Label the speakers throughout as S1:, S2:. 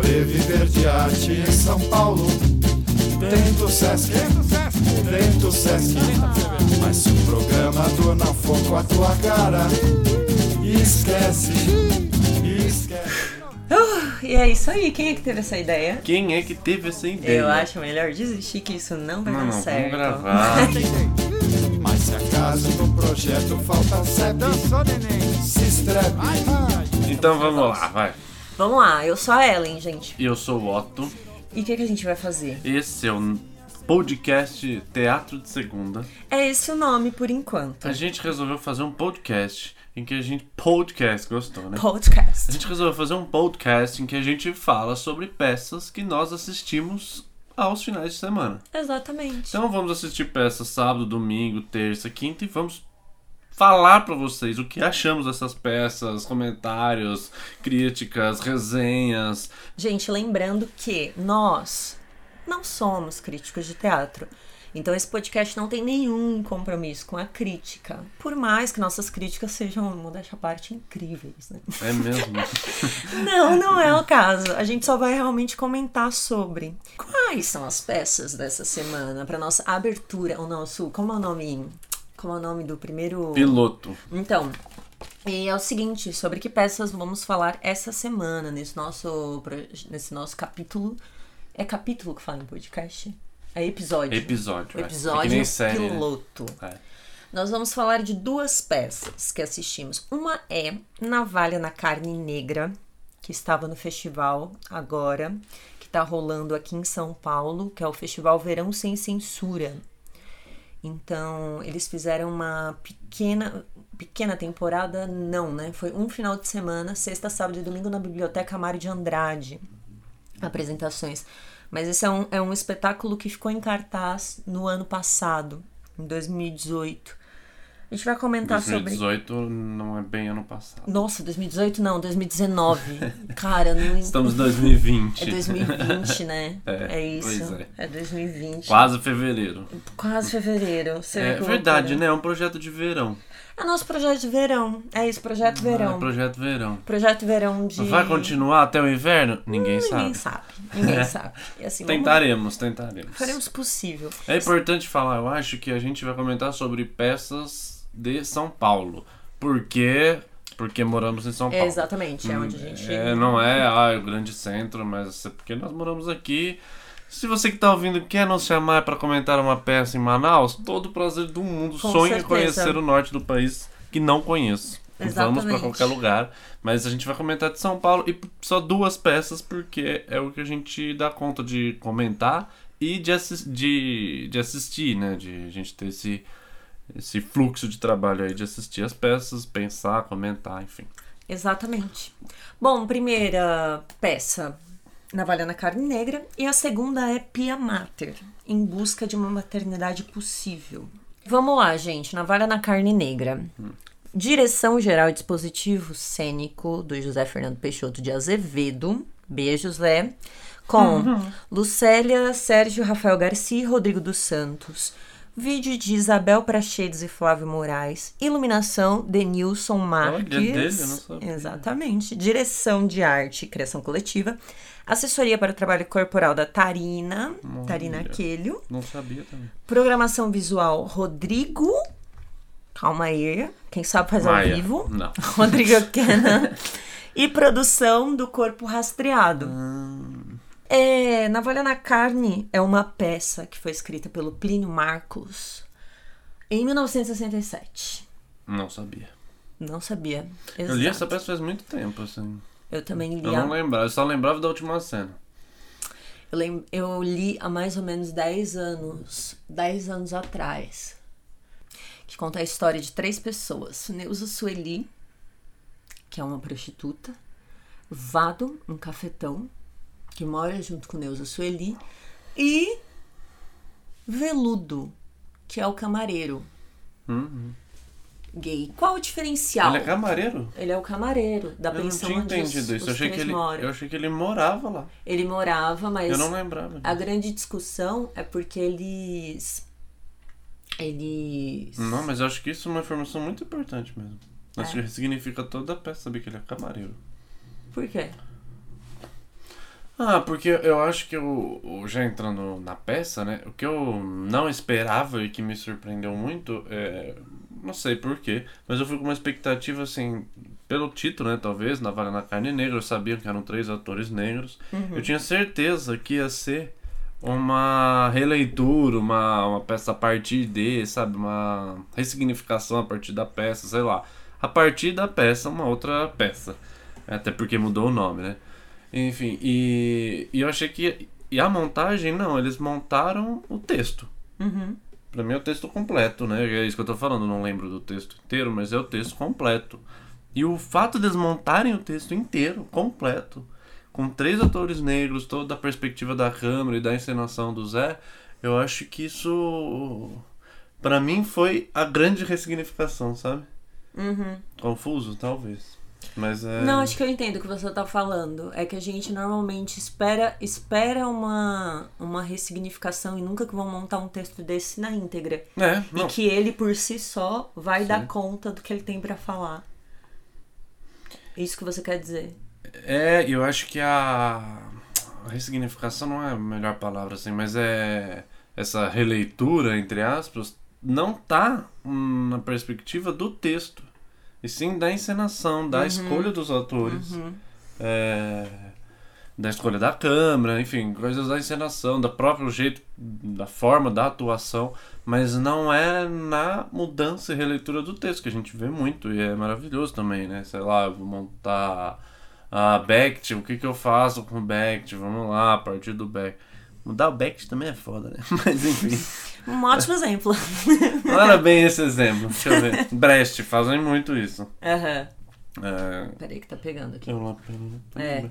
S1: de viver de arte em São Paulo. Dentro do Sesc, dentro do Sesc. Mas se o programador não for com a tua cara, esquece, esquece.
S2: Uh, e é isso aí. Quem é que teve essa ideia?
S3: Quem é que teve essa ideia?
S2: Eu acho melhor desistir que isso não vai
S3: Não,
S2: dar
S3: não,
S2: certo.
S3: vamos gravar.
S1: Mas se acaso no projeto falta CEP, se estrepe.
S3: Então vamos lá, vai.
S2: Vamos lá, eu sou a Ellen, gente.
S3: Eu sou o Otto.
S2: E o que, que a gente vai fazer?
S3: Esse é o podcast Teatro de Segunda.
S2: É esse o nome por enquanto.
S3: A gente resolveu fazer um podcast em que a gente. Podcast, gostou, né? A
S2: Podcast.
S3: gente resolveu fazer um podcast em que a gente fala sobre peças que nós assistimos aos finais de semana.
S2: Exatamente.
S3: Então vamos assistir peças sábado, domingo, terça, quinta e vamos falar pra vocês o que achamos dessas peças, comentários, críticas, resenhas.
S2: Gente, lembrando que nós não somos críticos de teatro. Então esse podcast não tem nenhum compromisso com a crítica. Por mais que nossas críticas sejam, modéstia à parte, incríveis, né?
S3: É mesmo.
S2: Não, não é o caso. A gente só vai realmente comentar sobre quais são as peças dessa semana para nossa abertura, o nosso, como é o nome, como é o nome do primeiro
S3: Piloto.
S2: Então, e é o seguinte, sobre que peças vamos falar essa semana nesse nosso pro- nesse nosso capítulo. É capítulo que fala no podcast? É episódio.
S3: Episódio. é. É que
S2: Episódio
S3: nem série. né?
S2: piloto.
S3: É.
S2: Nós vamos falar de duas peças que assistimos. Uma é Navalha na Carne Negra, que estava no festival agora, que está rolando aqui em São Paulo, que é o Festival Verão Sem Censura. Então, eles fizeram uma pequena pequena temporada, não, né? Foi um final de semana, sexta, sábado e domingo na Biblioteca Mário de Andrade apresentações. Mas esse é um, é um espetáculo que ficou em cartaz no ano passado, em 2018. A gente vai comentar Então, tá sobre.
S3: 2018 não é bem ano passado.
S2: Nossa, 2018 não, 2019. Cara, não.
S3: Estamos em 2020.
S2: É 2020, né?
S3: É,
S2: isso.
S3: pois é.
S2: 2020.
S3: Quase fevereiro.
S2: Quase fevereiro. Você vê
S3: É
S2: que
S3: verdade,
S2: loucura.
S3: né? É um projeto de verão.
S2: É nosso projeto de verão. É isso, projeto verão.
S3: É projeto verão.
S2: Projeto verão de. Hum,
S3: Vai continuar até o inverno? Ninguém
S2: Ninguém
S3: sabe. É.
S2: sabe. Ninguém sabe. E assim, vamos-
S3: Tentaremos, tentaremos.
S2: Faremos possível.
S3: É importante falar, eu acho que a gente vai comentar sobre peças de São Paulo. Por quê? Porque moramos em São
S2: É,
S3: Paulo.
S2: exatamente, é onde a gente.
S3: É, não é, ah, é o grande centro, mas é porque nós moramos aqui. Se você que tá ouvindo quer nos chamar para comentar uma peça em Manaus, todo o prazer do mundo
S2: Com
S3: sonha em
S2: certeza.
S3: conhecer o norte do país que não conheço. Vamos para
S2: Exatamente.
S3: qualquer lugar, mas a gente vai comentar de São Paulo e só duas peças porque é o que a gente dá conta de comentar e de, assis- de, de assistir, né? De a gente ter esse, esse fluxo de trabalho aí de assistir as peças, pensar, comentar, enfim.
S2: Exatamente. Bom, primeira peça, Navalha na Carne Negra, e a segunda é Pia Mater, em busca de uma maternidade possível. Vamos lá, gente, Navalha na Carne Negra.
S3: Hum.
S2: Direção geral e dispositivo cênico do José Fernando Peixoto de Azevedo. Beijo, José. Com
S3: Uhum.
S2: Lucélia, Sérgio Rafael Garcia e Rodrigo dos Santos. Vídeo de Isabel Prachedes e Flávio Moraes. Iluminação de Nilson
S3: Olha, é
S2: Marques.
S3: dele, eu não sabia.
S2: Exatamente. Direção de arte e criação coletiva. Assessoria para o trabalho corporal da Tarina. Tarina Quelho.
S3: Não sabia também.
S2: Programação visual Rodrigo. Calma aí. Quem sabe faz ao
S3: Maia.
S2: vivo.
S3: Não.
S2: Rodrigo Kennan. e produção do corpo rastreado.
S3: Ah.
S2: É, Navalha na Carne é uma peça que foi escrita pelo Plínio Marcos em 1967.
S3: Não sabia.
S2: Não sabia.
S3: Eu li
S2: Exato. é-
S3: essa peça faz muito tempo, assim.
S2: Eu também li.
S3: Eu
S2: a-
S3: não lembrava, eu só lembrava da última cena.
S2: eu, lem- eu li há mais ou menos 10 anos. 10 anos atrás. Que conta a história de três pessoas. Neuza Sueli, que é uma prostituta. Vado, um cafetão, que mora junto com Neuza Sueli. E Veludo, que é o camareiro. Gay. Qual o diferencial?
S3: Hum, Ele é camareiro?
S2: Ele é o camareiro da
S3: Eu não
S2: pensão
S3: tinha
S2: Tá, onde os-
S3: entendido isso.
S2: os
S3: Eu achei, que
S2: três
S3: ele,
S2: moram.
S3: eu achei que ele morava lá.
S2: Ele morava, mas
S3: Eu não lembrava.
S2: a grande discussão é porque eles. Eles.
S3: Não, mas eu acho que isso é uma informação muito importante mesmo. Acho é que significa toda a peça saber que ele é camareiro.
S2: Por quê?
S3: Ah, porque eu acho que eu, eu já entrando na peça, né? O que eu não esperava e que me surpreendeu muito é. Não sei porquê, mas eu fui com uma expectativa assim, pelo título, né? Talvez, Navalha na Carne Negra, eu sabia que eram três atores negros. Eu tinha certeza que ia ser uma releitura, uma, uma peça a partir de, sabe? Uma ressignificação a partir da peça, sei lá. A partir da peça, uma outra peça. Até porque mudou o nome, né? Enfim, e, e eu achei que. E a montagem, não, eles montaram o texto.
S2: Uhum.
S3: Pra mim é o texto completo, né? É isso que eu tô falando, não lembro do texto inteiro, mas é o texto completo. E o fato de eles montarem o texto inteiro, completo, com três atores negros, toda a perspectiva da câmera e da encenação do Zé, eu acho que isso. Pra mim foi a grande ressignificação, sabe?
S2: Uhum.
S3: Confuso, talvez. Mas é.
S2: Não, acho que eu entendo o que você tá falando. É que a gente normalmente espera espera uma, uma ressignificação e nunca que vão montar um texto desse na íntegra.
S3: É, não.
S2: E que ele por si só vai
S3: Sim.
S2: dar conta do que ele tem pra falar. Isso que você quer dizer.
S3: É, eu acho que a... a ressignificação não é a melhor palavra, assim, mas é essa releitura, entre aspas, não tá hum, na perspectiva do texto, e sim da encenação,
S2: Uhum.
S3: da escolha dos atores, é, da escolha da câmera, enfim, coisas da encenação, do próprio jeito, da forma, da atuação, mas não é na mudança e releitura do texto, que a gente vê muito, e é maravilhoso também, né? Sei lá, eu vou montar a Bact, o que que eu faço com o Bact? Vamos lá, a partir do Bact. Mudar o Bact também é foda, né? Mas enfim.
S2: Um ótimo exemplo.
S3: Não era bem esse exemplo. Deixa eu ver. Brecht, fazem muito isso.
S2: Aham.
S3: É...
S2: Peraí que tá pegando aqui.
S3: eu lá pelo-
S2: É.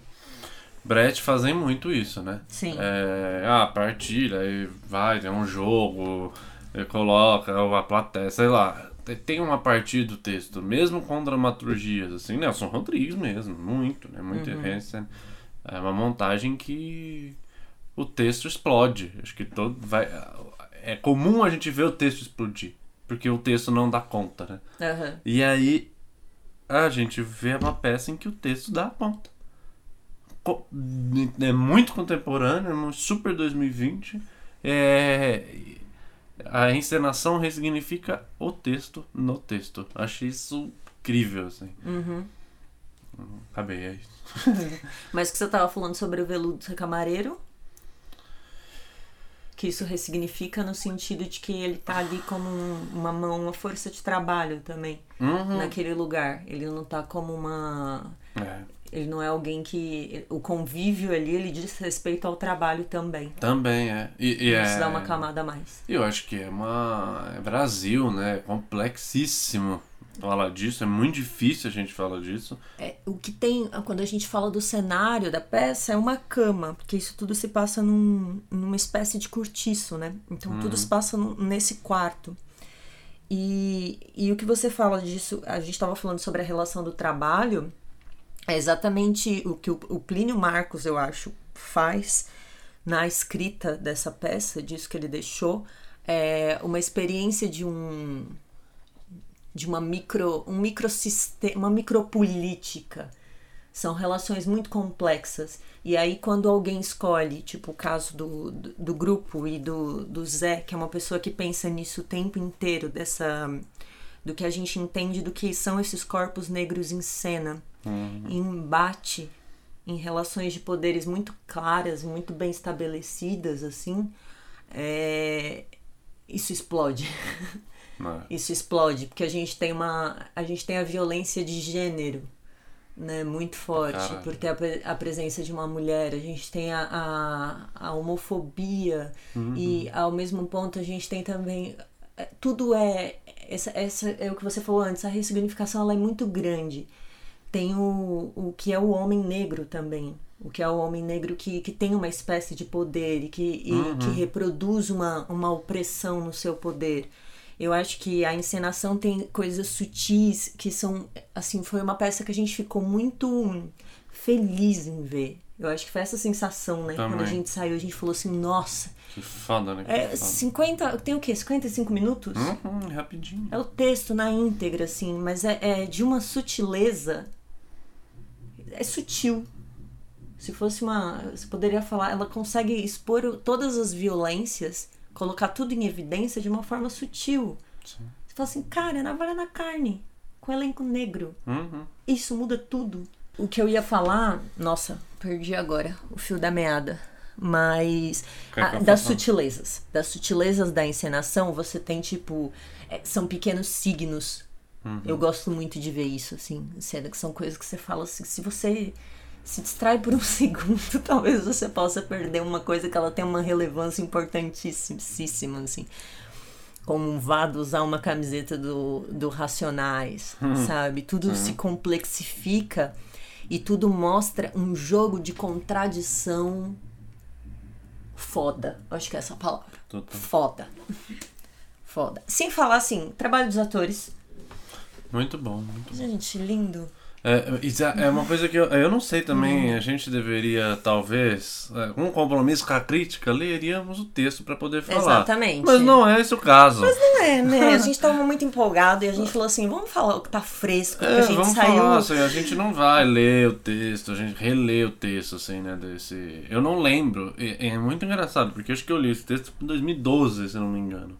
S3: Brecht fazem muito isso, né?
S2: Sim.
S3: É, ah, partilha, aí vai, tem um jogo, aí coloca a plateia, sei lá. Te- Tem uma parte do texto, mesmo com dramaturgias, assim, Nelson Rodrigues mesmo, muito, né? Muito essa- É uma montagem que o texto explode. Acho que todo vai. É comum a gente ver o texto explodir, porque o texto não dá conta, né?
S2: Aham.
S3: E aí a gente vê uma peça em que o texto dá a ponta. Co- É muito contemporâneo, é um super 2020. É... A encenação ressignifica o texto no texto. Achei isso incrível, assim.
S2: Uhum.
S3: Acabei, é isso.
S2: Mas que você tava falando sobre o veludo ser camareiro? Que isso ressignifica no sentido de que ele tá ali como um- uma mão, uma força de trabalho também
S3: Uhum.
S2: naquele lugar. Ele não tá como uma.
S3: É,
S2: Ele não é alguém que. O convívio ali, ele diz respeito ao trabalho também.
S3: também é. E, e é...
S2: Isso dá uma camada a mais.
S3: Eu acho que é uma. É Brasil, né? É complexíssimo falar disso. É muito difícil a gente falar disso.
S2: É, o que tem, quando a gente fala do cenário da peça, é uma cama, porque isso tudo se passa num- numa espécie de cortiço, né? Então tudo se passa num- nesse quarto. E, e o que você fala disso, a gente estava falando sobre a relação do trabalho, é exatamente o que o, o Plínio Marcos, eu acho, faz na escrita dessa peça, disso que ele deixou, é uma experiência de um de uma micro, um microsistema, uma micropolítica. São relações muito complexas. E aí, quando alguém escolhe, tipo o caso do, do, do grupo e do, do Zé, que é uma pessoa que pensa nisso o tempo inteiro, dessa do que a gente entende do que são esses corpos negros em cena, em embate, em relações de poderes muito claras, muito bem estabelecidas, assim, é, isso explode.
S3: né?
S2: isso explode, porque a gente tem uma a gente tem a violência de gênero, né, muito forte,
S3: Caralho.
S2: porque a, pre- a presença de uma mulher, a gente tem a, a, a homofobia e ao mesmo ponto a gente tem também é, tudo é essa, essa é o que você falou antes, a ressignificação ela é muito grande. Tem o, o que é o homem negro também. O que é o homem negro que, que tem uma espécie de poder e que, e que reproduz uma, uma opressão no seu poder. Eu acho que a encenação tem coisas sutis que são. Assim, foi uma peça que a gente ficou muito feliz em ver. Eu acho que foi essa sensação, né? Quando a
S3: Também.
S2: gente saiu, a gente falou assim: nossa,
S3: Que foda, né? Que
S2: é
S3: foda.
S2: 50. Tem o quê? 55 minutos?
S3: Uhum, rapidinho.
S2: É o texto na íntegra, assim, mas é, é de uma sutileza. É sutil. Se fosse uma. Você poderia falar, ela consegue expor o- todas as violências, colocar tudo em evidência de uma forma sutil.
S3: Sim.
S2: Você fala assim, cara, navalha na carne, com elenco negro.
S3: Uhum.
S2: Isso muda tudo. O que eu ia falar, nossa, perdi agora o fio da meada. Mas
S3: Quer que
S2: ah,
S3: eu
S2: das
S3: faça?
S2: sutilezas, das sutilezas da encenação, você tem tipo é, são pequenos signos.
S3: Uhum.
S2: Eu gosto muito de ver isso assim, sendo que são coisas que você fala assim, se você se distrai por um segundo, talvez você possa perder uma coisa que ela tem uma relevância importantíssima assim como um vado usar uma camiseta do, do Racionais,
S3: Hum.
S2: sabe? Tudo se complexifica e tudo mostra um jogo de contradição foda. Eu Acho que é essa a palavra.
S3: Total.
S2: Foda. Foda. Sem falar assim, trabalho dos atores.
S3: Muito bom, muito bom.
S2: Gente, lindo.
S3: É, isso é é uma coisa que eu, eu não sei também, a gente deveria, talvez, é, com um compromisso com a crítica, leríamos o texto pra poder falar.
S2: Exatamente.
S3: Mas não é esse o caso.
S2: É, né? A gente tava muito empolgado e a gente falou assim, vamos falar o que tá fresco, que
S3: É,
S2: a gente
S3: vamos
S2: saiu.
S3: falar, assim, a gente não vai ler o texto, a gente relê o texto, assim, né, desse... Eu não lembro, é, é muito engraçado, porque eu acho que eu li esse texto em 2012, se eu não me engano.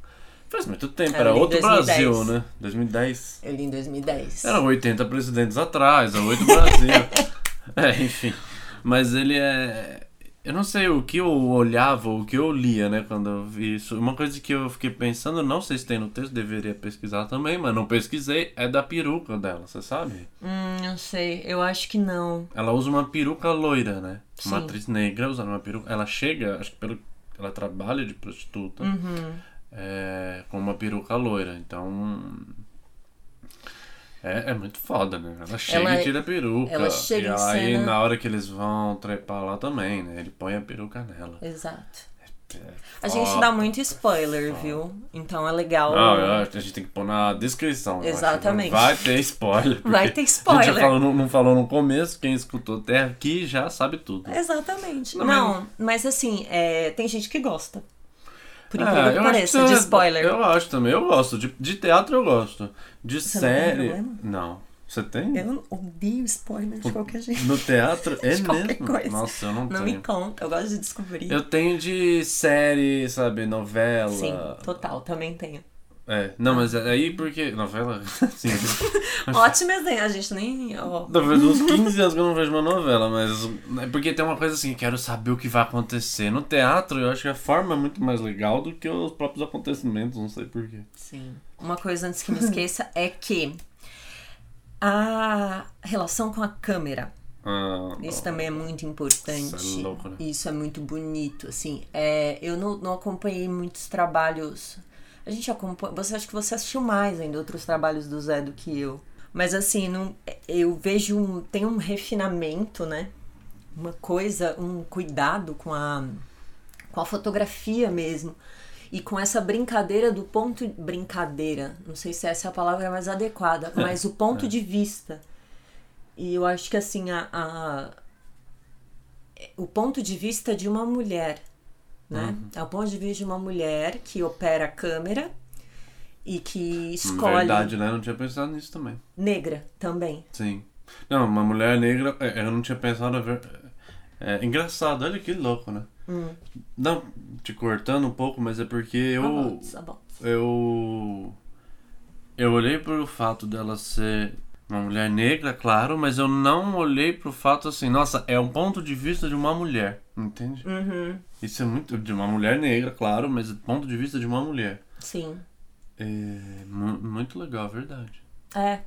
S3: Faz muito tempo,
S2: Eu
S3: era
S2: li em
S3: outro
S2: 2010.
S3: Brasil, né? 2010.
S2: Eu li em 2010.
S3: Era um- 80 presidentes atrás, era 8 Brasil. é, enfim. Mas ele é... Eu não sei o que eu olhava, o que eu lia, né, quando eu vi isso. Uma coisa que eu fiquei pensando, não sei se tem no texto, deveria pesquisar também, mas não pesquisei, é da peruca dela, você sabe?
S2: Hum, não sei. Eu acho que não.
S3: Ela usa uma peruca loira, né? Uma
S2: Sim.
S3: atriz negra usando uma peruca. Ela chega, acho que pelo. Ela trabalha de prostituta
S2: Uhum.
S3: é, com uma peruca loira. Então. É, é muito foda, né? Ela chega
S2: Ela-
S3: e tira a peruca.
S2: ela chega
S3: e
S2: em
S3: aí,
S2: cena-
S3: na hora que eles vão trepar lá também, né? Ele põe a peruca nela.
S2: Exato.
S3: É
S2: A gente
S3: foda.
S2: dá muito spoiler, viu? Então é legal.
S3: Não, Ah, eu acho que a gente tem que pôr na descrição. eu acho. né?
S2: Exatamente.
S3: Vai ter spoiler.
S2: Vai
S3: porque
S2: ter spoiler.
S3: A gente já falou, no- não falou no começo, quem escutou até aqui já sabe tudo.
S2: É, Exatamente.
S3: Não,
S2: Não, mas assim, é, tem gente que gosta. Por incrível
S3: É,
S2: que
S3: eu acho
S2: pareça,
S3: que
S2: de
S3: é-
S2: spoiler.
S3: Eu acho também, eu gosto. De, de teatro eu gosto. De
S2: Você não tem
S3: série.
S2: problema?
S3: não. Você tem?
S2: Eu odeio spoiler de qualquer jeito.
S3: No teatro? É
S2: De qualquer
S3: mesmo?
S2: coisa.
S3: Nossa, eu não,
S2: Não
S3: tenho.
S2: me conta, eu gosto de descobrir.
S3: Eu tenho de série, sabe, novela.
S2: Sim, total, também tenho.
S3: É, não, mas aí porque. Novela? Sim.
S2: Ótimo exemplo, a gente nem. ó.
S3: Talvez uns 15 anos que eu não vejo uma novela, mas. É porque tem uma coisa assim, quero saber o que vai acontecer. No teatro, eu acho que a forma é muito mais legal do que os próprios acontecimentos, não sei porquê.
S2: Sim. Uma coisa antes que me esqueça é que a relação com a câmera
S3: Ah,
S2: Isso também é muito importante.
S3: Isso é louco, né?
S2: Isso é muito bonito, assim. É, eu não, não acompanhei muitos trabalhos. A gente acompanha. Você acha que você assistiu mais ainda outros trabalhos do Zé do que eu? Mas assim, não, eu vejo um, tem um refinamento, né? Uma coisa, um cuidado com a com a fotografia mesmo e com essa brincadeira do ponto brincadeira, não sei se essa é a palavra mais adequada, mas o
S3: É.
S2: ponto de vista. E eu acho que assim a, a- o ponto de vista de uma mulher, né?
S3: Uhum.
S2: É o ponto de vista de uma mulher que opera a câmera e que escolhe
S3: Hum, Verdade, né? Eu não tinha pensado nisso também.
S2: negra também.
S3: Sim. Não, uma mulher negra, é, eu não tinha pensado. a Ver... É engraçado, olha que louco, né? Não, te cortando um pouco, mas é porque
S2: Ah,
S3: eu.
S2: Abaldes, abaldes.
S3: Eu. Eu olhei pro fato dela ser uma mulher negra, claro, mas eu não olhei pro fato assim, nossa, é um ponto de vista de uma mulher, entende?
S2: Uhum,
S3: Isso é muito. De uma mulher negra, claro, mas é ponto de vista de uma mulher.
S2: Sim.
S3: É mu- muito legal, verdade.
S2: É.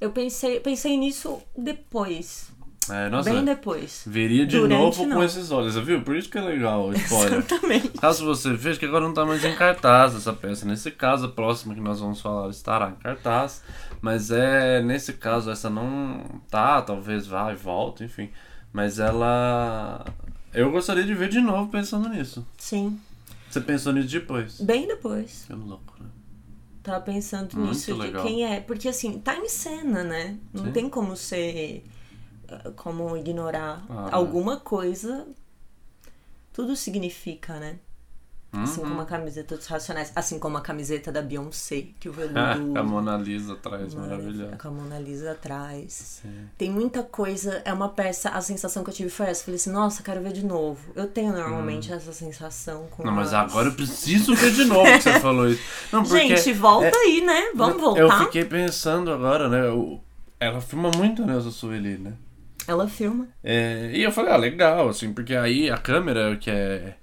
S2: Eu pensei, pensei nisso depois,
S3: É, nossa,
S2: bem depois.
S3: Veria de
S2: Durante,
S3: novo
S2: não.
S3: com esses olhos, viu? Por isso que é legal o spoiler.
S2: Exatamente.
S3: Caso você veja que agora não tá mais em cartaz essa peça. Nesse caso, a próxima que nós vamos falar estará em cartaz. Mas é. Nesse caso, essa não tá, talvez vá e volta, enfim. Mas ela. Eu gostaria de ver de novo pensando nisso.
S2: Sim,
S3: Você pensou nisso depois?
S2: bem depois.
S3: Que louco, né?
S2: Tava tá pensando
S3: Muito
S2: nisso
S3: legal.
S2: de quem é, porque assim, tá em cena, né? Não
S3: Sim.
S2: tem como ser eh, como ignorar
S3: Ah,
S2: alguma coisa. Tudo significa, né? Assim
S3: Uhum.
S2: como a camiseta dos Racionais. Assim como a camiseta da Beyoncé, que o
S3: a
S2: veludo...
S3: Mona Lisa atrás, maravilhosa.
S2: Com a Mona Lisa atrás.
S3: Sim.
S2: Tem muita coisa, é uma peça, a sensação que eu tive foi essa. Falei assim, nossa, quero ver de novo. Eu tenho normalmente essa sensação com.
S3: Hum. Não, mas
S2: as-
S3: agora eu preciso ver de novo que você falou isso. Não, porque
S2: Gente, volta
S3: é-
S2: aí, né? Vamos
S3: Eu
S2: voltar.
S3: fiquei pensando agora, né? o- Ela filma muito, né, Elsa Sueli, né?
S2: Ela filma.
S3: É, e eu falei, ah, legal, assim, porque aí a câmera, o que é, é,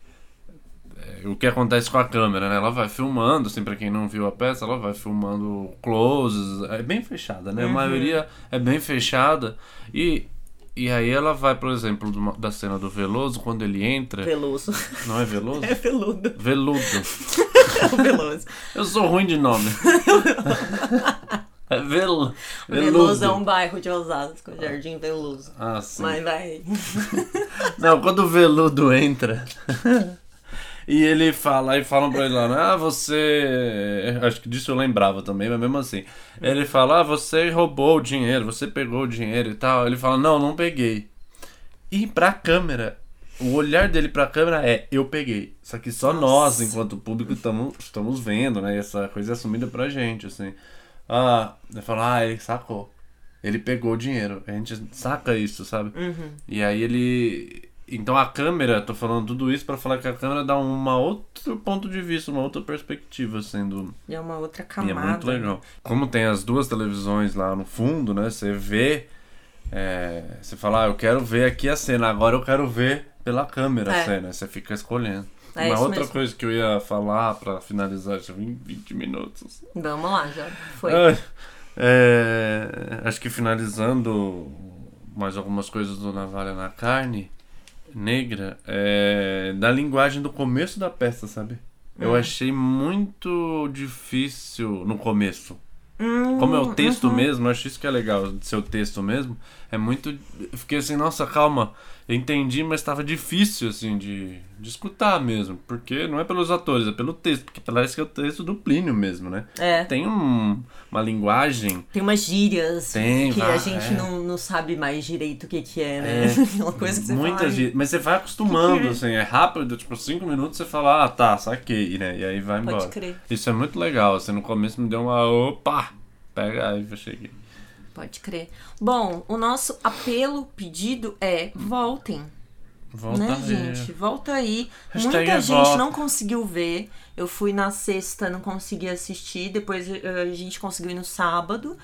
S3: O que acontece com a câmera, né? Ela vai filmando, assim, pra quem não viu a peça, ela vai filmando closes, é bem fechada, né?
S2: Uhum.
S3: A maioria é bem fechada. E, e aí ela vai, por exemplo, de uma- da cena do Veloso, quando ele entra.
S2: Veloso.
S3: Não é Veloso?
S2: É veludo.
S3: Veludo.
S2: É o Veloso.
S3: Eu sou ruim de nome. É Velo.
S2: Veloso é
S3: Veludo.
S2: um bairro de Osasco, Jardim Veloso.
S3: Ah, sim.
S2: Mas vai.
S3: Não, quando o veludo entra. e ele fala, aí falam pra ele lá, né, ah, você. Acho que disso eu lembrava também, mas mesmo assim. Ele fala, ah, você roubou o dinheiro, você pegou o dinheiro e tal. Ele fala, não, não peguei. E pra câmera, o olhar dele pra câmera é, eu peguei. Só que só nós, enquanto público, tamo, estamos vendo, né? E essa coisa é assumida pra gente, assim. Ah, ele fala, ah, ele sacou. Ele pegou o dinheiro. A gente saca isso, sabe? E aí ele. Então a câmera, tô falando tudo isso pra falar que a câmera dá um outro ponto de vista, uma outra perspectiva, assim, do,
S2: E é uma outra
S3: e é
S2: camada.
S3: muito legal. Como tem as duas televisões lá no fundo, né? Você vê. é, você fala, ah, eu quero ver aqui a cena, agora eu quero ver pela câmera
S2: É.
S3: a cena. Você fica escolhendo.
S2: É
S3: Uma
S2: isso
S3: outra
S2: mesmo.
S3: coisa que eu ia falar pra finalizar, já vim 20 minutos.
S2: Vamos lá, já foi.
S3: Ai, é, acho que finalizando mais algumas coisas do Navalha na Carne Negra, é, da linguagem do começo da peça, sabe?
S2: Hum.
S3: Eu achei muito difícil no começo.
S2: Hum,
S3: Como é o texto mesmo, eu acho isso que é legal, de ser o texto mesmo. É muito. Eu fiquei assim, nossa, calma, eu entendi, mas estava difícil, assim, de, de escutar mesmo. Porque não é pelos atores, é pelo texto. Porque parece que é o texto do Plínio mesmo, né?
S2: É.
S3: Tem um- uma linguagem.
S2: Tem umas gírias
S3: Tem,
S2: que
S3: vá,
S2: a gente
S3: é.
S2: não, não sabe mais direito o que, que é, né?
S3: É.
S2: uma coisa que você fala,
S3: Muita
S2: "Ai,
S3: gente. Mas você vai acostumando, assim, é rápido, tipo, cinco minutos você fala, ah, tá, saquei, né? E aí vai
S2: Pode
S3: embora.
S2: crer.
S3: Isso é muito legal, assim, no começo me deu uma opa! Pega aí, eu cheguei.
S2: Pode crer. Bom, o nosso apelo, pedido é voltem,
S3: Volta
S2: né,
S3: aí.
S2: gente? Volta aí.
S3: Hashtag é
S2: Muita gente
S3: volta.
S2: não conseguiu ver. Eu fui na sexta, não consegui assistir. Depois eh, a gente conseguiu ir no sábado.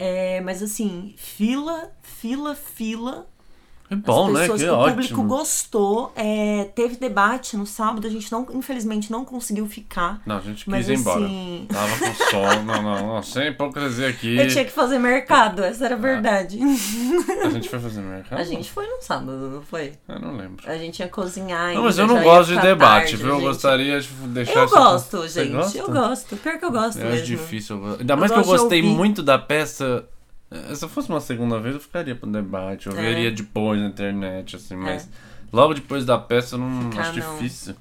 S2: É, mas assim, fila, fila, fila.
S3: É bom,
S2: As
S3: né?
S2: pessoas
S3: Que
S2: o
S3: ótimo.
S2: público gostou. É, teve debate no sábado. A gente não, infelizmente, não conseguiu ficar.
S3: Não, a gente quis
S2: Mas,
S3: ir embora.
S2: assim-
S3: Tava com sol, não, não, não, sem hipocrisia aqui.
S2: Eu tinha que fazer mercado, essa
S3: Ah.
S2: era a verdade.
S3: A gente foi fazer mercado?
S2: A gente foi no sábado, não foi?
S3: Eu não lembro.
S2: A gente ia cozinhar ainda,
S3: Não, mas eu
S2: já
S3: não
S2: ia
S3: gosto de
S2: ficar
S3: debate,
S2: tarde,
S3: viu? Eu
S2: gente.
S3: gostaria de deixar
S2: Eu
S3: isso pra-
S2: gosto,
S3: Você
S2: gente.
S3: gosta?
S2: Eu gosto. Pior que eu gosto
S3: Eu acho
S2: mesmo.
S3: difícil. eu gosto. Ainda mais que eu
S2: gosto de
S3: gostei
S2: ouvir.
S3: muito da peça. eh, Se eu fosse uma segunda vez, eu ficaria pro debate. Eu
S2: É.
S3: veria depois na internet, assim, mas logo depois da peça eu não
S2: Ficar,
S3: acho
S2: não.
S3: difícil.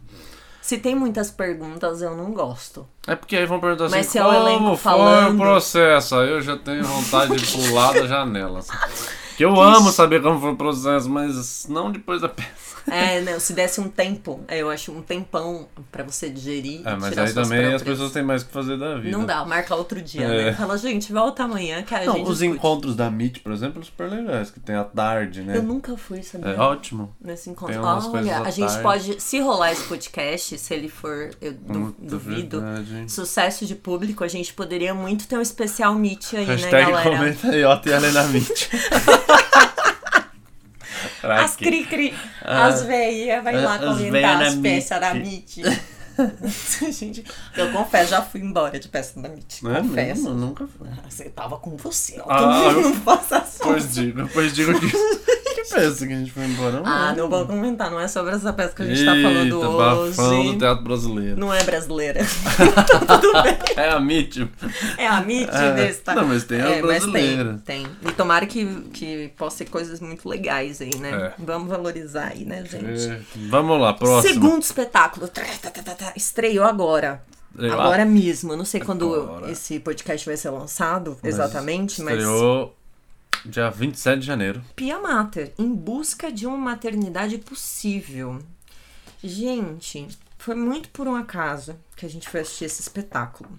S2: Se tem muitas perguntas, eu não gosto.
S3: É porque aí vão perguntar assim,
S2: Mas se é o elenco
S3: como foi
S2: falando?"
S3: o processo? Aí eu já tenho vontade de pular da janela. assim. Que eu amo saber como foi o processo, mas não depois da peça.
S2: É, não, se desse um tempo, é, eu acho um tempão pra você digerir.
S3: É, mas
S2: tirar
S3: aí
S2: suas
S3: também as
S2: próprias-
S3: pessoas têm mais o que fazer da vida.
S2: Não dá, marca outro dia,
S3: É.
S2: né? Fala, gente, volta amanhã que a
S3: Não,
S2: gente.
S3: os
S2: discute."
S3: encontros da MIT, por exemplo, são super legais, que tem a tarde, né?
S2: Eu nunca fui, sabia?
S3: É ótimo.
S2: Nesse encontro.
S3: Tem umas coisas
S2: Olha,
S3: à
S2: a gente
S3: tarde.
S2: pode. Se rolar esse podcast, se ele for. Eu du-
S3: Puta,
S2: duvido.
S3: verdade, hein?
S2: Sucesso de público, a gente poderia muito ter um especial meet aí, né,
S3: Hashtag
S2: galera?
S3: comenta aí, ó, tem Helena Mitch. Pra
S2: As
S3: quê?
S2: cri-cri,
S3: Ah,
S2: as veinhas, vai lá
S3: as
S2: comentar
S3: véia na
S2: as peças da
S3: MIT.
S2: MIT. Gente, eu confesso, já fui embora de peça da MIT,
S3: Não é
S2: confesso.
S3: mesmo? Nunca foi.
S2: Você tava com você, ó. eu
S3: Ah, eu-
S2: não faço assunto.
S3: Depois digo, depois digo que. que pensa que a gente foi embora? Eu
S2: Ah, não vou comentar, não é sobre essa peça que a gente tá falando
S3: Eita,
S2: hoje.
S3: bafão tá. do teatro brasileiro.
S2: Não é brasileira.
S3: É a MIT.
S2: É a MIT
S3: É,
S2: desse, tá?
S3: não, mas tem a
S2: é, mas
S3: brasileira.
S2: tem, tem. E tomara que, que possa ser coisas muito legais aí, né?
S3: É.
S2: Vamos valorizar aí, né, gente?
S3: É, Vamos lá, próximo.
S2: Segundo espetáculo. Tá, tá, tá, tá, tá. Estreou agora.
S3: Sei lá, É
S2: Agora mesmo. Eu não sei quando
S3: Agora.
S2: esse podcast vai ser lançado exatamente, mas.
S3: Estreou dia 27 de janeiro.
S2: Pia Mater, em busca de uma maternidade possível. Gente, Foi muito por um acaso que a gente foi assistir esse espetáculo.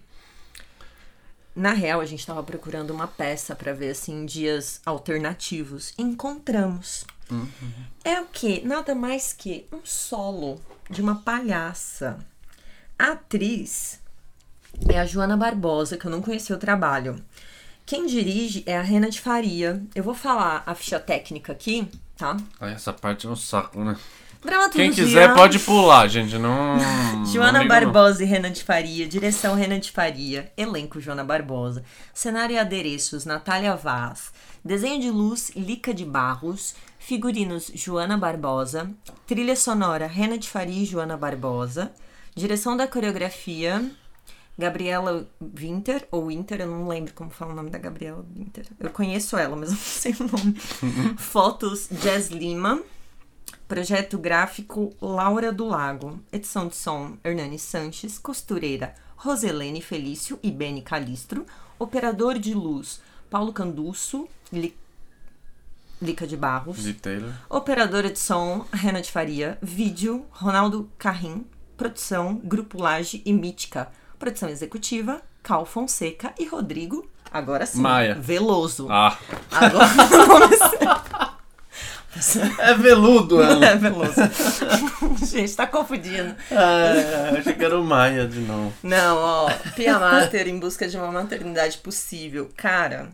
S2: Na real, a gente estava procurando uma peça para ver assim dias alternativos. Encontramos.
S3: Uhum.
S2: É o que? Nada mais que um solo de uma palhaça. A atriz é a Joana Barbosa, que eu não conheci o trabalho. Quem dirige é a Rena de Faria. Eu vou falar a ficha técnica aqui, tá?
S3: Ai, essa parte é um saco, né?
S2: Dramaturgia.
S3: Quem quiser pode pular, gente. Não. não
S2: Joana
S3: liga, não.
S2: Barbosa e Renan de Faria, direção Renan de Faria, elenco Joana Barbosa, cenário e adereços Natália Vaz, desenho de luz Lica de Barros, figurinos Joana Barbosa, trilha sonora Renan de Faria e Joana Barbosa, direção da coreografia Gabriela Winter, ou Winter, eu não lembro como fala o nome da Gabriela Winter. Eu conheço ela, mas eu não sei o nome. Fotos Jazz Lima. Projeto gráfico Laura do Lago. Edição de som Hernani Sanches. Costureira Roselene Felício e Beni Calistro. Operador de luz Paulo Canduço. Li- Lica de Barros.
S3: De Taylor.
S2: Operadora de som, Rena de Faria. Vídeo, Ronaldo Carrim. Produção, Grupo Laje e Mítica. Produção executiva, Cal Fonseca e Rodrigo, agora sim,
S3: Maia.
S2: Veloso.
S3: Ah.
S2: Agora
S3: É veludo,
S2: é
S3: ela.
S2: Veloso. Gente, tá confundindo.
S3: ah, achei que era o Maia de novo.
S2: Não, ó, Pia Mater em busca de uma maternidade possível. Cara,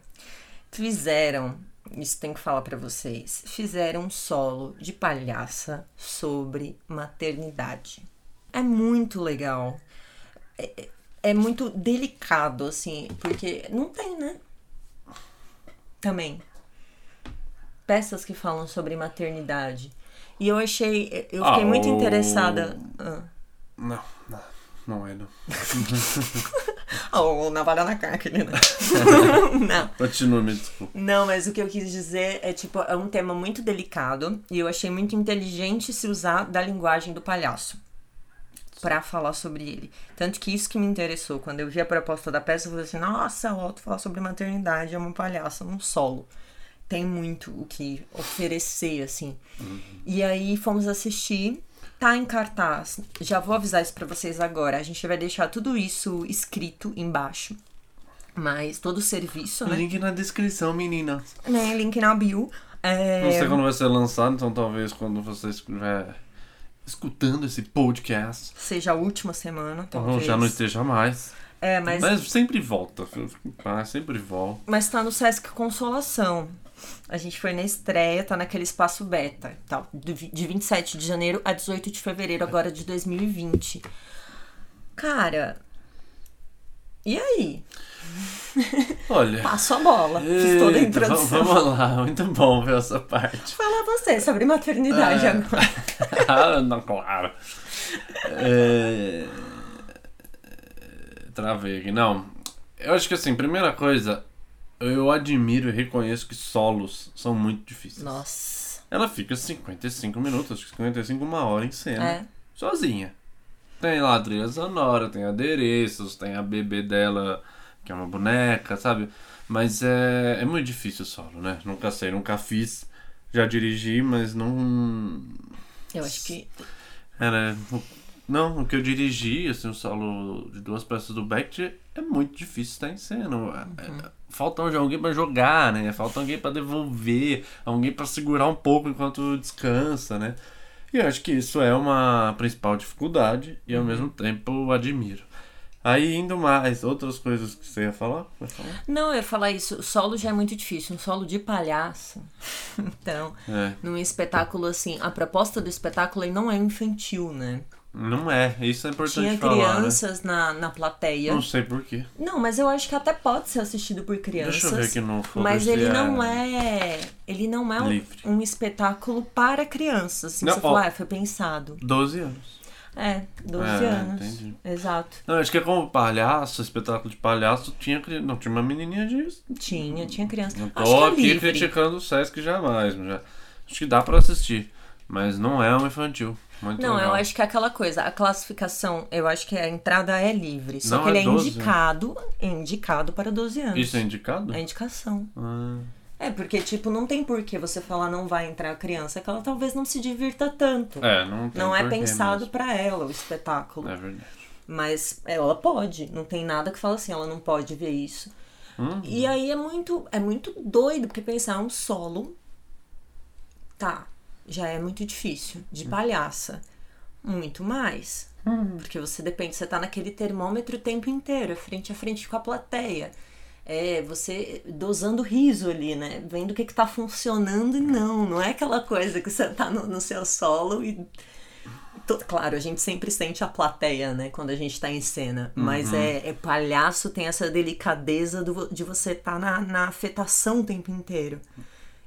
S2: fizeram, isso tem que falar pra vocês, fizeram um solo de palhaça sobre maternidade. É muito legal. É, é muito delicado, assim, porque não tem, né? Também. Peças que falam sobre maternidade. E eu achei, eu fiquei
S3: Ah,
S2: muito
S3: o-
S2: interessada. Ah.
S3: Não, não, não é. Não.
S2: Ah, o navalha na caca ali, né? não.
S3: Continua, me desculpa.
S2: Não, mas o que eu quis dizer é, tipo, é um tema muito delicado e eu achei muito inteligente se usar da linguagem do palhaço pra falar sobre ele. Tanto que isso que me interessou. Quando eu vi a proposta da peça, eu falei assim, nossa, Otto falar sobre maternidade, é uma palhaça, um solo. Tem muito o que oferecer, assim. E aí fomos assistir. Tá em cartaz. Já vou avisar isso pra vocês agora. A gente vai deixar tudo isso escrito embaixo. Mas todo o serviço, né?
S3: Link na descrição, menina.
S2: né, link na bio. É,
S3: Não sei quando vai ser lançado, então talvez quando você estiver escutando esse podcast,
S2: Seja a última semana,
S3: ou
S2: talvez.
S3: Uhum, já não esteja mais.
S2: É, mas, mas...
S3: Mas sempre volta, fica em paz, sempre volta.
S2: tá no Sesc Consolação. A gente foi na estreia, tá naquele espaço beta, e tal, de vi- de 27 de janeiro a 18 de fevereiro agora de 2020. Cara, e aí?
S3: Olha.
S2: Passo a bola. Fiz toda a
S3: Eita,
S2: introdução.
S3: vamos- Vamos lá, muito bom ver essa parte.
S2: Fala você sobre maternidade
S3: É.
S2: agora.
S3: Ah, não, claro. É... Travei aqui. Não, eu acho que assim, primeira coisa, eu admiro e reconheço que solos são muito difíceis.
S2: Nossa.
S3: Ela fica 55 minutos, acho que 55, uma hora em cena,
S2: É.
S3: sozinha. Tem lá a trilha sonora, tem adereços, tem a bebê dela, que é uma boneca, sabe? Mas é, é muito difícil o solo, né? Nunca sei, nunca fiz. Já dirigi, mas não,
S2: Eu acho que.
S3: era. o- Não, o que eu dirigi, assim, o solo de duas peças do Becht é muito difícil estar em cena. É-
S2: Uhum.
S3: é- Falta já alguém pra jogar, né? Falta alguém pra devolver, alguém pra segurar um pouco enquanto descansa, né? E eu acho que isso é uma principal dificuldade
S2: Uhum.
S3: e ao mesmo tempo eu admiro. Aí indo mais, outras coisas que você ia falar? Vai falar?
S2: Não, eu ia falar isso. Solo já é muito difícil. Um solo de palhaço. Então.
S3: É,
S2: num espetáculo assim, a proposta do espetáculo ele não é infantil, né?
S3: não é, isso é importante
S2: Tinha
S3: falar.
S2: crianças na, na
S3: Né?
S2: plateia.
S3: Não sei porquê.
S2: Não, mas eu acho que até pode ser assistido por crianças.
S3: Deixa eu ver aqui no folder
S2: Mas
S3: se
S2: ele não é, ele não é um,
S3: Livre.
S2: um espetáculo para crianças. Assim,
S3: Não,
S2: você fala,
S3: ó.
S2: ah, foi pensado.
S3: 12 anos.
S2: É, 12
S3: É,
S2: anos.
S3: entendi.
S2: Exato.
S3: Não, acho que como palhaço, espetáculo de palhaço, tinha cri- não tinha uma menininha de.
S2: Tinha, tinha criança.
S3: Não tô
S2: acho que é
S3: aqui
S2: livre.
S3: criticando o Sesc jamais, mas já- acho que dá pra assistir, mas não é um infantil. Muito
S2: Não,
S3: legal.
S2: eu acho que é aquela coisa, a classificação, eu acho que a entrada é livre, só
S3: Não,
S2: que ele
S3: é
S2: é
S3: 12.
S2: indicado, é indicado para 12 anos.
S3: isso é indicado.
S2: É indicação.
S3: Ah,
S2: É, É, porque, tipo, não tem por que você falar não vai entrar a criança, que ela talvez não se divirta tanto.
S3: É, não tem
S2: não é
S3: porquê
S2: pensado
S3: mesmo.
S2: pra ela o espetáculo.
S3: É verdade.
S2: Mas ela pode, não tem nada que fala assim, ela não pode ver isso.
S3: Uhum.
S2: E aí é muito, é muito doido, porque pensar um solo, tá, já é muito difícil, de
S3: Hum.
S2: palhaça. Muito mais. Porque você depende, você tá naquele termômetro o tempo inteiro, é frente a frente com a plateia. É, você dosando riso ali, né? Vendo o que, que tá funcionando e não. Não é aquela coisa que você tá no, no seu solo e To- Claro, a gente sempre sente a plateia, né, quando a gente tá em cena. Mas
S3: Uhum.
S2: é, é palhaço, tem essa delicadeza do vo- de você estar na, na afetação o tempo inteiro.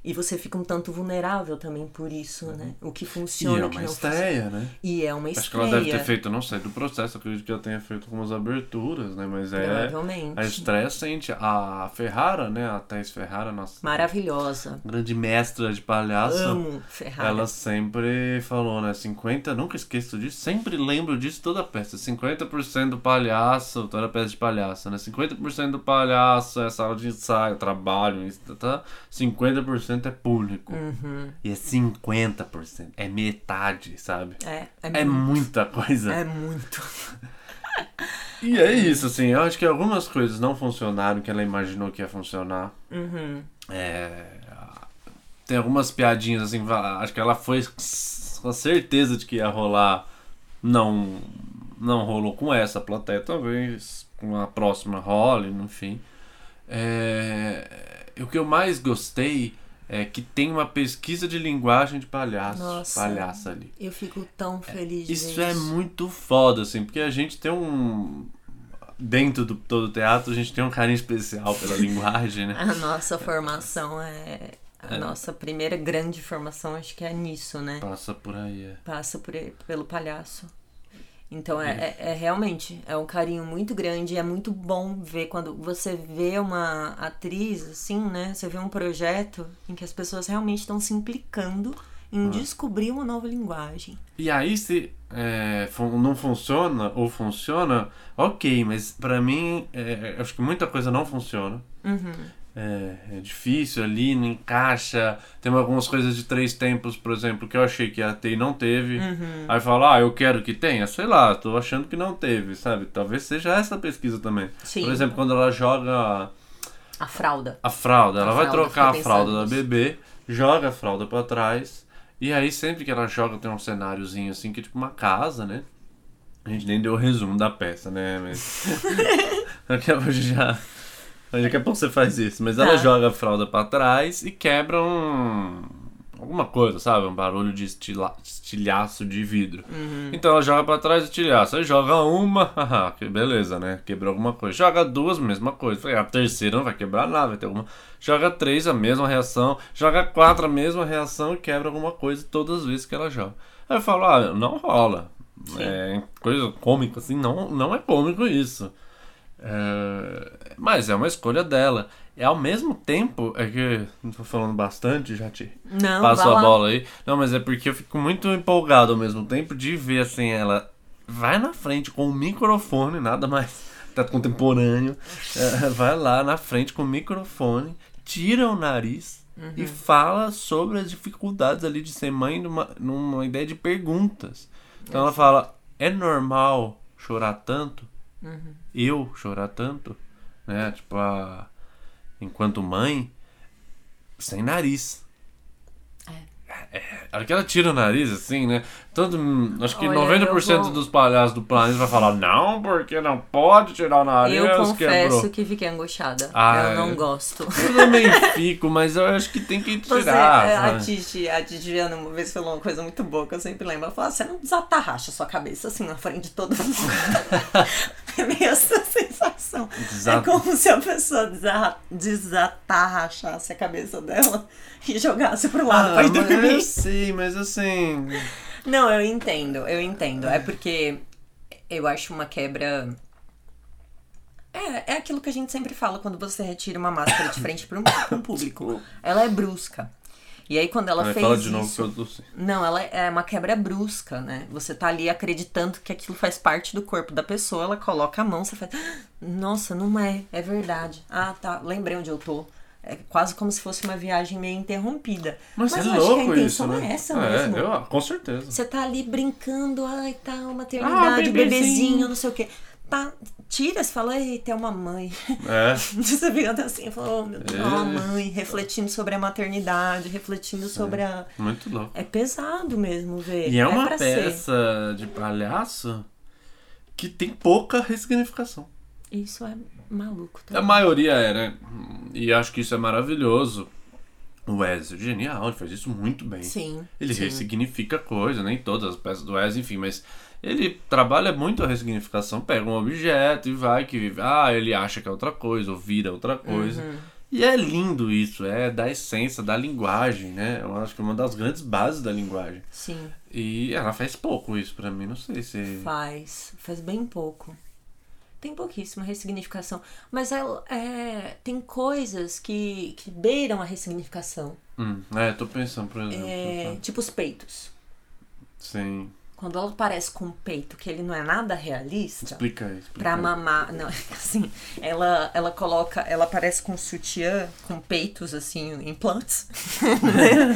S2: E você fica um tanto vulnerável também por isso, né? O que
S3: E
S2: funciona,
S3: é
S2: o que
S3: uma
S2: não
S3: estreia, né?
S2: funciona. E é uma
S3: Acho que
S2: estreia.
S3: ela deve ter feito, não sei, do processo, acredito que ela tenha feito algumas aberturas, né? Mas é.
S2: Provavelmente.
S3: A estreia sente. A Ferrara, né? A Thais Ferrara, nossa.
S2: Maravilhosa.
S3: Grande mestra de palhaço.
S2: Amo Ferrari.
S3: Ela sempre falou, né? 50, nunca esqueço disso, sempre lembro disso toda peça. 50% do palhaço, toda peça de palhaço, né? 50% do palhaço é sala de ensaio, trabalho, isso, tá, tá. 50% é público. E é 50%, é metade, sabe?
S2: É,
S3: É muita coisa.
S2: É muito.
S3: E é isso, assim, eu acho que algumas coisas não funcionaram que ela imaginou que ia funcionar. É, Tem algumas piadinhas, assim, que fala- acho que ela foi com a certeza de que ia rolar. Não, não rolou com essa plateia, talvez com a próxima role, enfim. É, O que eu mais gostei é que tem uma pesquisa de linguagem de palhaço,
S2: Nossa.
S3: palhaça ali.
S2: Eu fico tão feliz de
S3: Isso
S2: ver
S3: é muito foda, assim, porque a gente tem um. Dentro do todo o teatro, a gente tem um carinho especial pela linguagem, né?
S2: A nossa formação é. A nossa primeira grande formação acho que é nisso, né?
S3: Passa por aí, é.
S2: Passa por, pelo palhaço. Então é, é- é realmente, é um carinho muito grande e é muito bom ver quando você vê uma atriz, assim, né? Você vê um projeto em que as pessoas realmente estão se implicando em
S3: Ah.
S2: descobrir uma nova linguagem.
S3: E aí, se é, fun- não funciona ou funciona, ok, mas pra mim, é, acho que muita coisa não funciona. É, é difícil ali, não encaixa. Tem algumas coisas de três tempos, por exemplo, que eu achei que ia ter e não teve. Aí fala, ah, eu quero que tenha, sei lá, tô achando que não teve, sabe? Talvez seja essa pesquisa também.
S2: Sim.
S3: Por exemplo, quando ela joga
S2: A fralda.
S3: a fralda,
S2: A
S3: ela vai
S2: fralda,
S3: trocar a
S2: fiquei
S3: fralda
S2: pensando
S3: da bebê, joga a fralda pra trás, e aí sempre que ela joga tem um cenáriozinho assim, que é tipo uma casa, né? A gente nem deu o resumo da peça, né? Mas. Daqui a pouco já. Daqui a pouco você faz isso. Mas ela
S2: Tá.
S3: joga a fralda pra trás e quebra um. Alguma coisa, sabe? Um barulho de estila... estilhaço de vidro. Então ela joga pra trás o estilhaço. Aí joga uma, haha, que beleza, né? Quebrou alguma coisa. Joga duas, mesma coisa. Falei, A terceira não vai quebrar nada, vai ter alguma. Joga três, a mesma reação. Joga quatro, a mesma reação e quebra alguma coisa todas as vezes que ela joga. Aí eu falo, ah, não rola. É, coisa cômica, assim, não, não é cômico isso. É, mas é uma escolha dela. E ao mesmo tempo, é que não tô falando bastante, já te
S2: Não,
S3: passou
S2: vai
S3: a
S2: lá.
S3: bola aí. Não, mas é porque eu fico muito empolgado ao mesmo tempo de ver assim ela vai na frente com o microfone, nada mais tá contemporâneo. É, vai lá na frente com o microfone, tira o nariz
S2: Uhum.
S3: e fala sobre as dificuldades ali de ser mãe numa, numa ideia de perguntas. Então ela fala: "É normal chorar tanto?" eu chorar tanto, né? Tipo, a... enquanto mãe, sem nariz. É, A hora que ela tira o nariz, assim, né? Todo, hum, acho que
S2: Olha,
S3: 90%
S2: eu vou-
S3: dos palhaços do planeta vai falar: Não, porque não pode tirar o nariz,
S2: Eu confesso
S3: quebrou.
S2: que fiquei angustiada.
S3: Ah,
S2: eu não
S3: é.
S2: gosto.
S3: Eu também fico, mas eu acho que tem que
S2: Você,
S3: tirar.
S2: é, a
S3: sabe?
S2: Titi, a Titi Viana uma vez falou uma coisa muito boa que eu sempre lembro. Ela falou, "Ah, você não desatarracha sua cabeça assim na frente de todo mundo. é meio essa sensação. É
S3: Desat-
S2: como se a pessoa desa- desatarrachasse a cabeça dela e jogasse pro lado
S3: Ah,
S2: pra ir
S3: mas
S2: dormir.
S3: eu sei, mas assim.
S2: Não, eu entendo, eu entendo. É porque eu acho uma quebra. É, é aquilo que a gente sempre fala quando você retira uma máscara de frente para um público. Ela é brusca. E aí quando ela
S3: Vai,
S2: fez
S3: Fala de
S2: isso,
S3: novo que eu tô sem.
S2: não, ela é uma quebra brusca, né? Você tá ali acreditando que aquilo faz parte do corpo da pessoa, ela coloca a mão, você faz. "Ah, Nossa, não é, é verdade. Ah, tá, lembrei onde eu tô. É quase como se fosse uma viagem meio interrompida.
S3: Mas, é
S2: eu acho que
S3: louco
S2: a intenção
S3: isso, né?
S2: é essa
S3: é,
S2: mesmo.
S3: eu- com certeza.
S2: Você tá ali brincando, ai, tá, uma maternidade, um
S3: Ah, bebezinho.
S2: bebezinho, não sei o quê. Tá, tira, você fala, eita, é uma mãe.
S3: É.
S2: Você fica até assim, fala, oh, meu Deus, é uma
S3: É.
S2: mãe, refletindo sobre a maternidade, refletindo sobre a.
S3: Muito louco.
S2: É pesado mesmo ver.
S3: E é uma
S2: pra ser.
S3: peça de palhaço que tem pouca ressignificação.
S2: Isso é maluco.
S3: A
S2: Tá?
S3: maioria é, né? E acho que isso é maravilhoso. O Wes é genial, ele faz isso muito bem.
S2: Sim.
S3: Ele
S2: sim.
S3: ressignifica coisa, nem todas as peças do Wes, enfim, mas ele trabalha muito a ressignificação. Pega um objeto e vai que. Ah, ele acha que é outra coisa, ou vira outra coisa.
S2: Uhum.
S3: E é lindo isso, é da essência, da linguagem, né? Eu acho que é uma das grandes bases da linguagem.
S2: Sim,
S3: E ela faz pouco isso pra mim, não sei se.
S2: faz. Faz bem pouco. Tem pouquíssima ressignificação. Mas é, é, tem coisas que, que beiram a ressignificação.
S3: Hum, é, tô pensando, por exemplo.
S2: É,
S3: tá?
S2: tipo os peitos.
S3: Sim.
S2: Quando ela parece com um peito que ele não é nada realista.
S3: Explica um aí. Explica
S2: Pra
S3: aí.
S2: mamar, não, assim, ela, ela coloca, ela parece com um sutiã, com peitos, assim, implantes.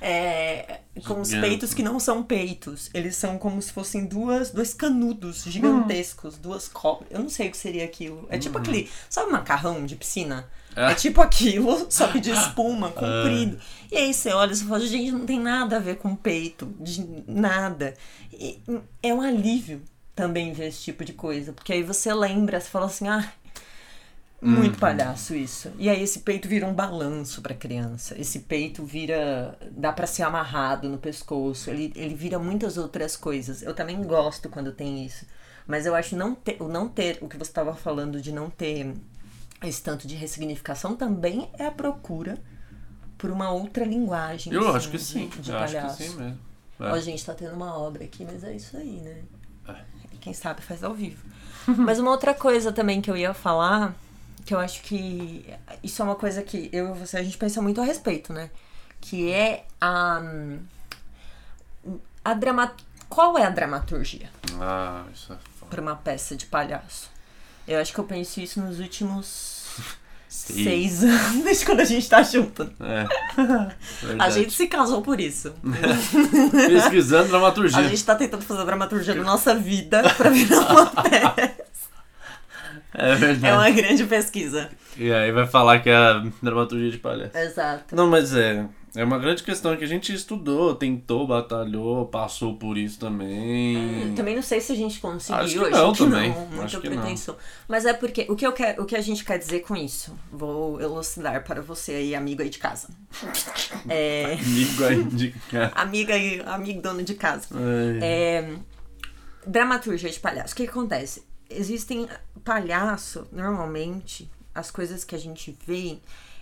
S2: É, com os
S3: Gigante.
S2: peitos que não são peitos. Eles são como se fossem duas, dois canudos gigantescos, duas cobras. Eu não sei o que seria aquilo. É tipo aquele, sabe macarrão de piscina? É
S3: Ah.
S2: tipo aquilo, só que de espuma, comprido. E aí você olha e você fala, gente, não tem nada a ver com peito, de nada. E é um alívio também ver esse tipo de coisa, porque aí você lembra, você fala assim, ah, muito
S3: Uhum.
S2: palhaço isso. E aí esse peito vira um balanço pra criança. Esse peito vira. dá pra ser amarrado no pescoço. Ele, ele vira muitas outras coisas. Eu também gosto quando tem isso. Mas eu acho não ter, o não ter, o que você estava falando de não ter esse tanto de ressignificação também é a procura por uma outra linguagem.
S3: Eu
S2: assim,
S3: acho que sim.
S2: De, de
S3: eu
S2: palhaço.
S3: acho que sim mesmo. É.
S2: Ó, gente, tá tendo uma obra aqui, mas é isso aí, né?
S3: É.
S2: Quem sabe faz ao vivo. mas uma outra coisa também que eu ia falar, que eu acho que isso é uma coisa que eu e você, a gente pensa muito a respeito, né? Que é a. hum, a drama, qual é a dramaturgia
S3: Ah, isso é foda.
S2: para uma peça de palhaço? Eu acho que eu penso isso nos últimos
S3: Seis.
S2: seis anos, desde quando a gente tá junto.
S3: É.
S2: A
S3: Verdade.
S2: gente se casou por isso.
S3: Pesquisando
S2: A
S3: dramaturgia.
S2: gente tá tentando fazer a dramaturgia da nossa vida pra virar uma peça.
S3: É
S2: É
S3: verdade.
S2: uma grande pesquisa.
S3: E aí vai falar que é a dramaturgia de palhaço.
S2: Exato.
S3: Não, mas é. É uma grande questão que a gente estudou, tentou, batalhou, passou por isso também.
S2: Hum, Também não sei se a gente conseguiu.
S3: Acho que
S2: eu
S3: não
S2: acho que
S3: também.
S2: não, muita
S3: Acho que não.
S2: pretensão. Mas é porque o que, eu quero, o que a gente quer dizer com isso? Vou elucidar para você aí, amigo aí de casa. É,
S3: Amigo a indicar.
S2: amiga aí, amigo dono de casa.
S3: Ai.
S2: É, dramaturgia de palhaço. O que, que acontece? Existem palhaço, normalmente, as coisas que a gente vê,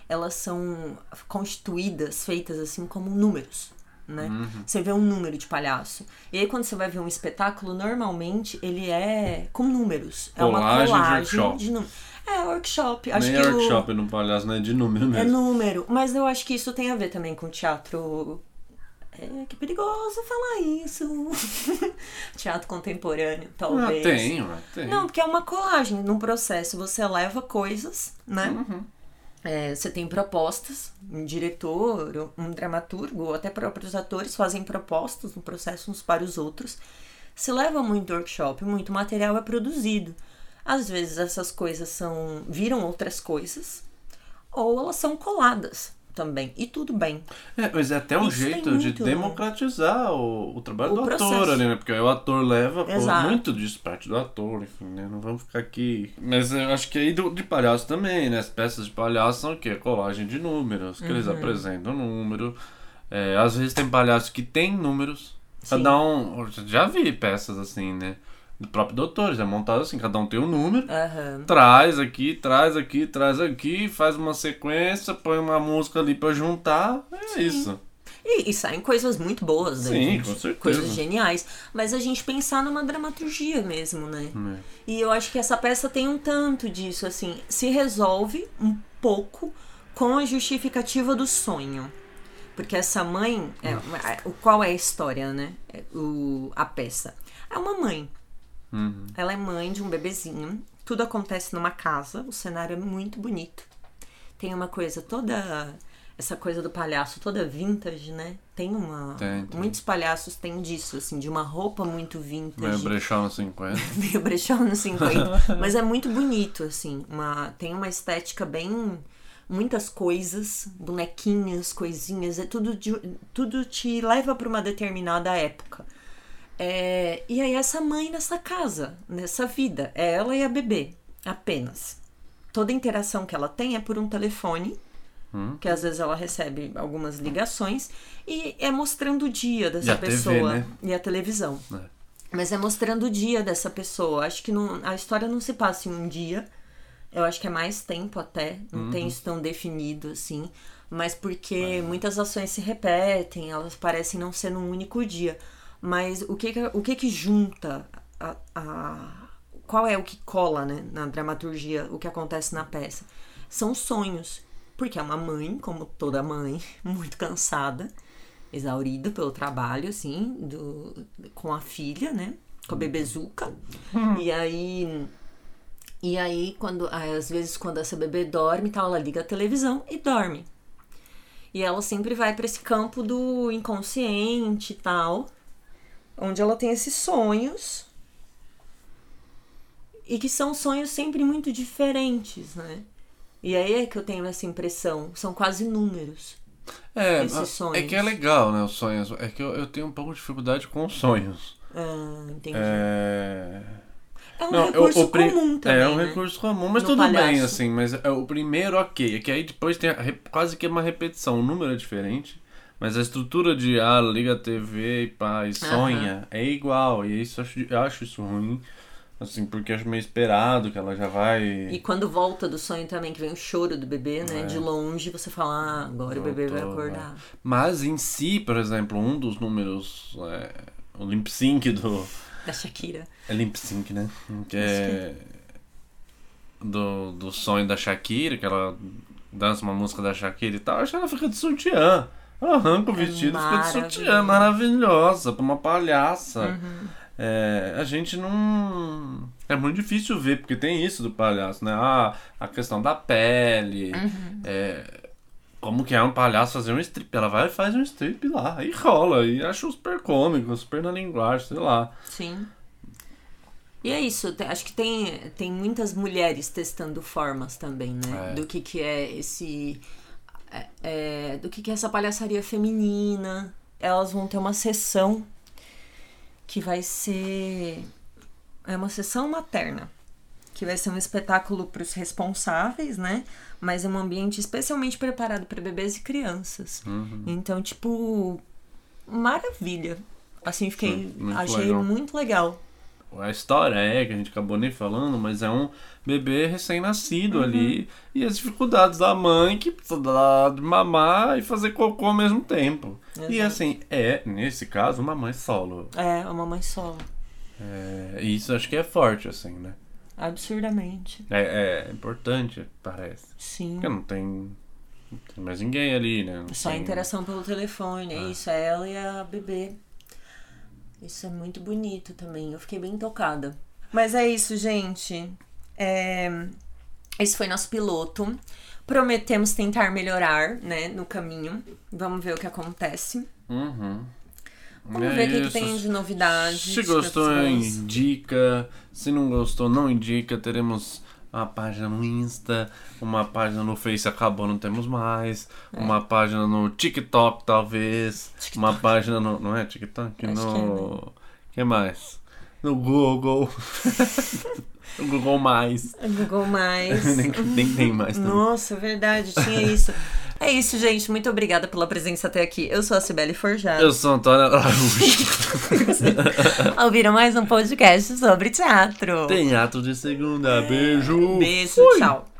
S2: elas são constituídas, feitas assim como números. Né?
S3: Uhum.
S2: Você vê um número de palhaço. E aí, quando você vai ver um espetáculo, normalmente ele é com números. É uma
S3: Colagem de
S2: colagem
S3: workshop.
S2: de números. É, workshop. Acho
S3: Nem
S2: que
S3: é
S2: o-
S3: workshop no palhaço, né? De número
S2: é
S3: mesmo.
S2: número, mas eu acho que isso tem a ver também com teatro. É, que perigoso falar isso. teatro contemporâneo,
S3: ah,
S2: talvez.
S3: tem, ué, tem.
S2: Não, porque é uma colagem. Num processo você leva coisas, né?
S3: Uhum.
S2: É, você tem propostas, um diretor, um dramaturgo, ou até próprios atores fazem propostas no processo uns para os outros. Se leva muito workshop, muito material é produzido. Às vezes essas coisas são viram outras coisas, ou elas são coladas também. E tudo bem.
S3: É, mas é até um
S2: Isso tem
S3: jeito de
S2: muito, né?
S3: democratizar o, o trabalho
S2: O
S3: do ator
S2: processo.
S3: ali, né? Porque aí o ator leva pô,
S2: Exato.
S3: muito disso, parte do ator, enfim, né? Não vamos ficar aqui. Mas eu acho que aí do, de palhaço também, né? As peças de palhaço são o quê? Colagem de números, que
S2: Uhum.
S3: eles apresentam número. É, às vezes tem palhaço que tem números.
S2: Sim.
S3: Cada um. eu Já vi peças assim, né? Do próprio Doutores, é montado assim, cada um tem um número.
S2: Aham.
S3: Traz aqui, traz aqui, traz aqui, faz uma sequência, põe uma música ali pra juntar. É isso.
S2: E, e saem coisas muito boas, né,
S3: Sim,
S2: gente?
S3: com certeza.
S2: Coisas geniais. Mas a gente pensar numa dramaturgia mesmo, né?
S3: É.
S2: E eu acho que essa peça tem um tanto disso, assim. Se resolve um pouco com a justificativa do sonho. Porque essa mãe. é, é, o qual é a história, né? É, O, a peça. É uma mãe.
S3: Uhum.
S2: Ela é mãe de um bebezinho. Tudo acontece numa casa. O cenário é muito bonito. tem uma coisa toda. Essa coisa do palhaço toda vintage, né? Tem uma.
S3: Tem, tem.
S2: Muitos palhaços têm disso, assim, de uma roupa muito
S3: Meio
S2: vintage.
S3: brechão 50.
S2: meio brechó nos 50. Mas é muito bonito, assim. Uma, tem uma estética bem. Muitas coisas, bonequinhas, coisinhas, é tudo, de- tudo te leva para uma determinada época. É, e aí, essa mãe nessa casa, nessa vida, é ela e a bebê, apenas. Toda interação que ela tem é por um telefone,
S3: Hum.
S2: que às vezes ela recebe algumas ligações, e é mostrando o dia dessa
S3: E a TV,
S2: pessoa
S3: né?
S2: e a televisão.
S3: né?
S2: Mas é mostrando o dia dessa pessoa. Acho que não- a história não se passa em um dia. Eu acho que é mais tempo até. Não tem isso tão definido assim. Mas porque muitas ações se repetem, elas parecem não ser num único dia. Mas o que, que- o que, que junta a- a, qual é o que cola né, na dramaturgia, o que acontece na peça? São sonhos. Porque é uma mãe, como toda mãe, muito cansada, exaurida pelo trabalho, assim, do, com a filha, né? Com a bebezuca. E aí. E aí, quando, às vezes, quando essa bebê dorme e tal, ela liga a televisão e dorme. E ela sempre vai para esse campo do inconsciente e tal, onde ela tem esses sonhos e que são sonhos sempre muito diferentes, né? E aí é que eu tenho essa impressão, são quase números.
S3: É,
S2: Esses
S3: mas é
S2: sonhos.
S3: que é legal, né? Os sonhos. É que eu, eu tenho um pouco de dificuldade com os sonhos.
S2: Ah, entendi. É,
S3: É.
S2: um
S3: Não, eu-
S2: recurso
S3: o pri-
S2: comum também.
S3: É um
S2: né?
S3: recurso comum, mas
S2: No
S3: tudo bem,
S2: palhaço.
S3: assim. Mas é o primeiro, ok. É que aí depois tem a re- quase que é uma repetição. O número é diferente. Mas a estrutura de ah, liga a TV e pá, e sonha é igual. E isso eu acho, eu acho isso ruim. Assim, porque eu acho meio esperado que ela já vai.
S2: E quando volta do sonho também, que vem o choro do bebê, né?
S3: É.
S2: De longe você fala, ah, agora o bebê vai
S3: Voltou,
S2: acordar.
S3: Mas em si, por exemplo, um dos números. É... O Limp Sync do.
S2: Da Shakira.
S3: É Limp Sync, né? Que é. Do, do sonho da Shakira, que ela dança uma música da Shakira e tal. Acho que ela fica de sutiã. Ela arranca o
S2: É
S3: vestido e fica de sutiã.
S2: maravilhoso.
S3: Maravilhosa, pra uma palhaça. É, a gente não. É muito difícil ver, porque tem isso do palhaço, né? Ah, a questão da pele. é, como que é um palhaço fazer um strip? Ela vai e faz um strip lá. E rola. E acho super cômico, super na linguagem, sei lá.
S2: Sim. E é isso, te- acho que tem, tem muitas mulheres testando formas também, né?
S3: É.
S2: Do que que é esse... é- é, do que que é essa palhaçaria feminina. Elas vão ter uma sessão que vai ser... É uma sessão materna. Que vai ser um espetáculo para os responsáveis, né? Mas é um ambiente especialmente preparado para bebês e crianças.
S3: Uhum.
S2: Então, tipo, maravilha. Assim, fiquei.
S3: Hum, muito
S2: achei
S3: legal.
S2: muito legal.
S3: A história é que a gente acabou nem falando, mas é um bebê
S2: Uhum.
S3: recém-nascido ali e as dificuldades da mãe que precisa dar de mamar e fazer cocô ao mesmo tempo. E
S2: Exato.
S3: assim, é, nesse caso, uma mãe solo.
S2: É, a mamãe solo.
S3: É, e isso acho que é forte, assim, né?
S2: Absurdamente.
S3: É, é importante, parece.
S2: Sim. É
S3: Porque não tem, não tem mais ninguém ali, né? Não
S2: Hum. Só a
S3: tem-
S2: interação pelo telefone, é isso, é ela e a bebê. Isso é muito bonito também, eu fiquei bem tocada. Mas é isso, gente. É, Esse foi nosso piloto. Prometemos tentar melhorar, né, no caminho. Vamos ver o que acontece.
S3: Uhum.
S2: Vamos
S3: É
S2: ver o que que,
S3: isso.
S2: tem de novidade.
S3: Se gostou,
S2: hein?
S3: indica. Se não gostou, não indica. Teremos uma página no Insta, uma página no Face, acabou, não temos mais.
S2: É.
S3: Uma página no TikTok, talvez. Uma página no. Não é TikTok?
S2: Acho que é,
S3: no. que mais? No Google. no Google Mais.
S2: Google Mais.
S3: nem, nem tem mais também.
S2: Nossa, verdade, tinha isso. É isso, gente. Muito obrigada pela presença até aqui. Eu sou a Cibele Forjado.
S3: Eu sou Antônio Araújo.
S2: Ouviram mais um podcast sobre teatro.
S3: Tem ato de segunda. Beijo.
S2: É. Beijo,
S3: Fui.
S2: tchau.